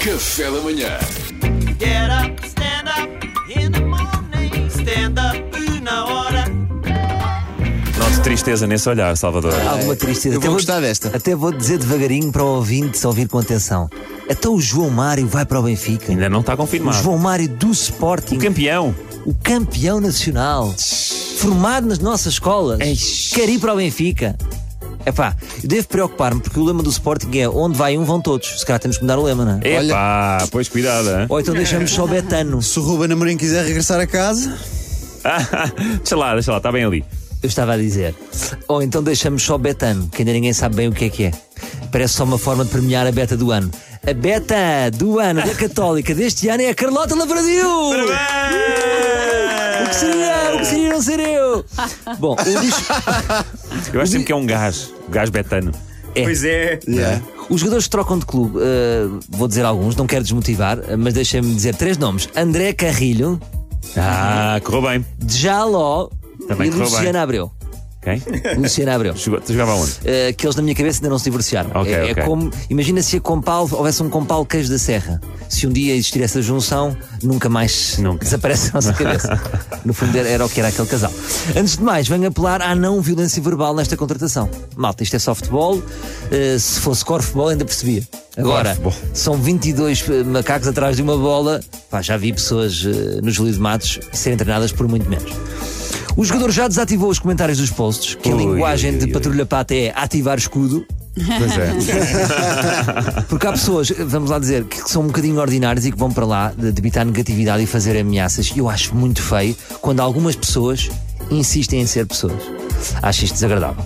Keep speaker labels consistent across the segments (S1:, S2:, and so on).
S1: Café da manhã.
S2: Get up, stand up in the morning. Stand up na hora.
S3: Noto tristeza nesse olhar, Salvador.
S4: Alguma tristeza.
S5: Eu vou gostar desta.
S4: Até vou dizer devagarinho para o ouvinte se ouvir com atenção. Até o João Mário vai para o Benfica.
S3: Ainda não está
S4: O
S3: confirmado.
S4: João Mário do Sporting,
S3: O campeão.
S4: o campeão nacional, formado nas nossas escolas, quer ir para o Benfica. Epá, eu devo preocupar-me porque o lema do Sporting é onde vai um vão todos. Se calhar temos que mudar o lema, não é?
S3: Epá, pois cuidado, hein?
S4: Ou então deixamos só Betano.
S5: Se o Ruben Amorim quiser regressar é a casa,
S3: deixa lá, deixa lá, está bem ali.
S4: Eu estava a dizer. Ou então deixamos só Betano, que ainda ninguém sabe bem o que é que é. Parece só uma forma de premiar a beta do ano. A beta do ano da Católica deste ano é a Carlota Lavradio! O que seria? O que seria não ser eu? Bom, o disco.
S3: Eu acho sempre que é um gás, um gás betano.
S6: Pois é.
S5: yeah.
S4: Os jogadores que trocam de clube, uh, vou dizer alguns, não quero desmotivar, uh, mas deixem-me dizer três nomes: André Carrilho,
S3: Ah, correu bem.
S4: Jaló
S3: Também
S4: e
S3: correu
S4: Luciana
S3: bem.
S4: Abreu.
S3: Quem?
S4: Luciana Abreu.
S3: Jogou- Tu jogava onde?
S4: Uh, que eles na minha cabeça ainda não se divorciaram.
S3: Ok,
S4: é, é
S3: ok.
S4: como. Imagina se a Compal houvesse um Compal queijo da Serra. Se um dia existir essa junção, nunca mais
S3: Nunca.
S4: desaparece a nossa cabeça. no fundo era, era o que era aquele casal. Antes de mais, venho apelar à não violência verbal nesta contratação. Malta, isto é só futebol. Uh, se fosse corfball, ainda percebia. Agora,
S3: Corfball.
S4: são 22 eh, macacos atrás de uma bola. Pá, já vi pessoas eh, no Júlio de Matos serem treinadas por muito menos. O jogador já desativou os comentários dos posts, que a
S3: Ui,
S4: linguagem
S3: ui,
S4: de
S3: ui.
S4: patrulha pata é ativar escudo,
S3: Pois é.
S4: porque há pessoas, eh, vamos lá dizer, que são um bocadinho ordinárias e que vão para lá de- debitar negatividade e fazer ameaças. E eu acho muito feio quando algumas pessoas insistem em ser pessoas. Acho isto desagradável.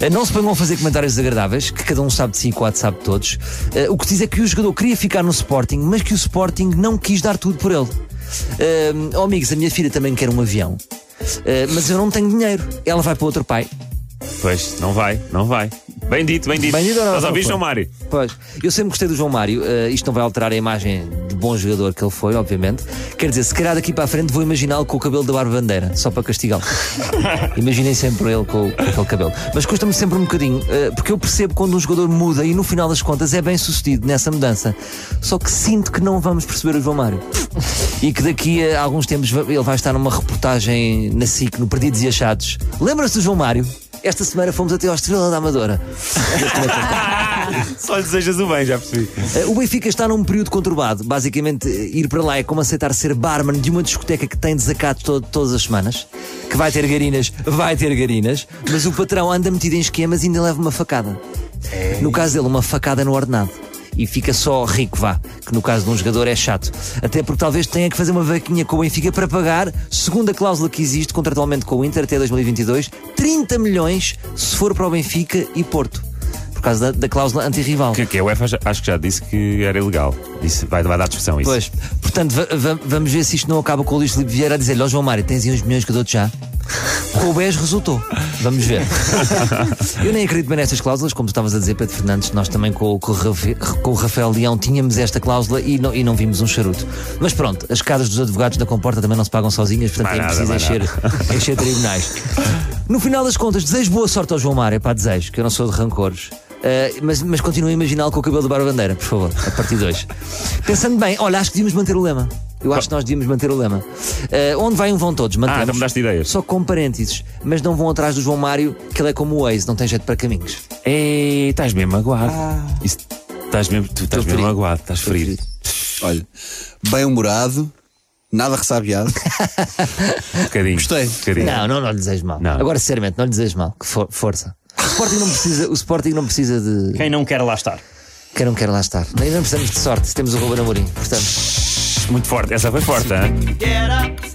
S4: Eh, Não se pagam a fazer comentários desagradáveis, que cada um sabe de si e quatro sabe de todos. Eh, O que se diz é que o jogador queria ficar no Sporting, mas que o Sporting não quis dar tudo por ele. Eh, Oh, amigos, a minha filha também quer um avião, Eh, mas eu não tenho dinheiro. Ela vai para outro pai.
S3: Pois, não vai, não vai. Bem dito, bem dito.
S4: Bem dito ou não?
S3: Estás a ouvir,
S4: Não foi.
S3: João Mário?
S4: Pois, eu sempre gostei do João Mário. eh, isto não vai alterar a imagem de bom jogador que ele foi, obviamente. Quer dizer, se calhar daqui para a frente vou imaginá-lo com o cabelo da Barba Bandeira, só para castigá-lo. Imaginem sempre ele com, com aquele cabelo. Mas custa-me sempre um bocadinho, eh, porque eu percebo quando um jogador muda e no final das contas é bem sucedido nessa mudança. Só que sinto que não vamos perceber o João Mário. E que daqui a alguns tempos va- ele vai estar numa reportagem na SIC, no Perdidos e Achados. Lembra-se do João Mário? Esta semana fomos até ao Estrela da Amadora.
S3: Só lhe desejas o bem, já percebi.
S4: Eh, O Benfica está num período conturbado. Basicamente, eh, ir para lá é como aceitar ser barman de uma discoteca que tem desacato to- todas as semanas. Que vai ter garinas, vai ter garinas, mas o patrão anda metido em esquemas e ainda leva uma facada. No caso dele, uma facada no ordenado. E fica só rico, vá. Que no caso de um jogador é chato. Até porque talvez tenha que fazer uma vaquinha com o Benfica para pagar, segundo a cláusula que existe contratualmente com o Inter até 2022, 30 milhões se for para o Benfica e Porto. Por causa da, da cláusula antirrival.
S3: Que, que a UEFA já- acho que já disse que era ilegal. Disse, vai, vai dar discussão isso.
S4: Pois, portanto, va- va- vamos ver se isto não acaba com o Luís Filipe Vieira a dizer-lhe, ó João Mário, tens aí uns milhões que eu dou-te já. Com o BES resultou. Vamos ver. eu nem acredito bem nestas cláusulas, como tu estavas a dizer, Pedro Fernandes, nós também com, o- com o Rafe- com o Rafael Leão tínhamos esta cláusula e não, e não vimos um charuto. Mas pronto, as escadas dos advogados da comporta também não se pagam sozinhas, portanto
S3: Mais
S4: é
S3: nada,
S4: preciso
S3: mais
S4: encher, encher tribunais. No final das contas, desejo boa sorte ao João Mário, pá, desejo, que eu não sou de rancores. Ah, mas, mas continuo a imaginá-lo com o cabelo de Barba Bandeira, por favor, a partir de hoje. Pensando bem, olha, acho que devíamos manter o lema. Eu acho que nós devíamos manter o lema. Ah, onde vai um vão todos, mantemos.
S3: Ah, então me daste ideias.
S4: Só com parênteses, mas não vão atrás do João Mário, que ele é como o Waze, não tem jeito para caminhos. Ah.
S3: Ei, estás mesmo magoado. Isso- Estás mesmo, tu estás mesmo
S4: ferido.
S3: magoado, estás ferido.
S5: olha, bem-humorado, nada ressabiado.
S3: Um bocadinho.
S5: Gostei.
S3: Um bocadinho.
S4: Não, não, não lhe desejo mal.
S3: Não.
S4: Agora, sinceramente, não lhe desejo mal. Que for- força. O Sporting não precisa, o Sporting não precisa de.
S6: Quem não quer lá estar?
S4: Quem não quer lá estar. Nem não precisamos de sorte se temos o Ruben Amorim. Portanto,
S3: Muito forte, essa foi forte, hein?
S2: Get up,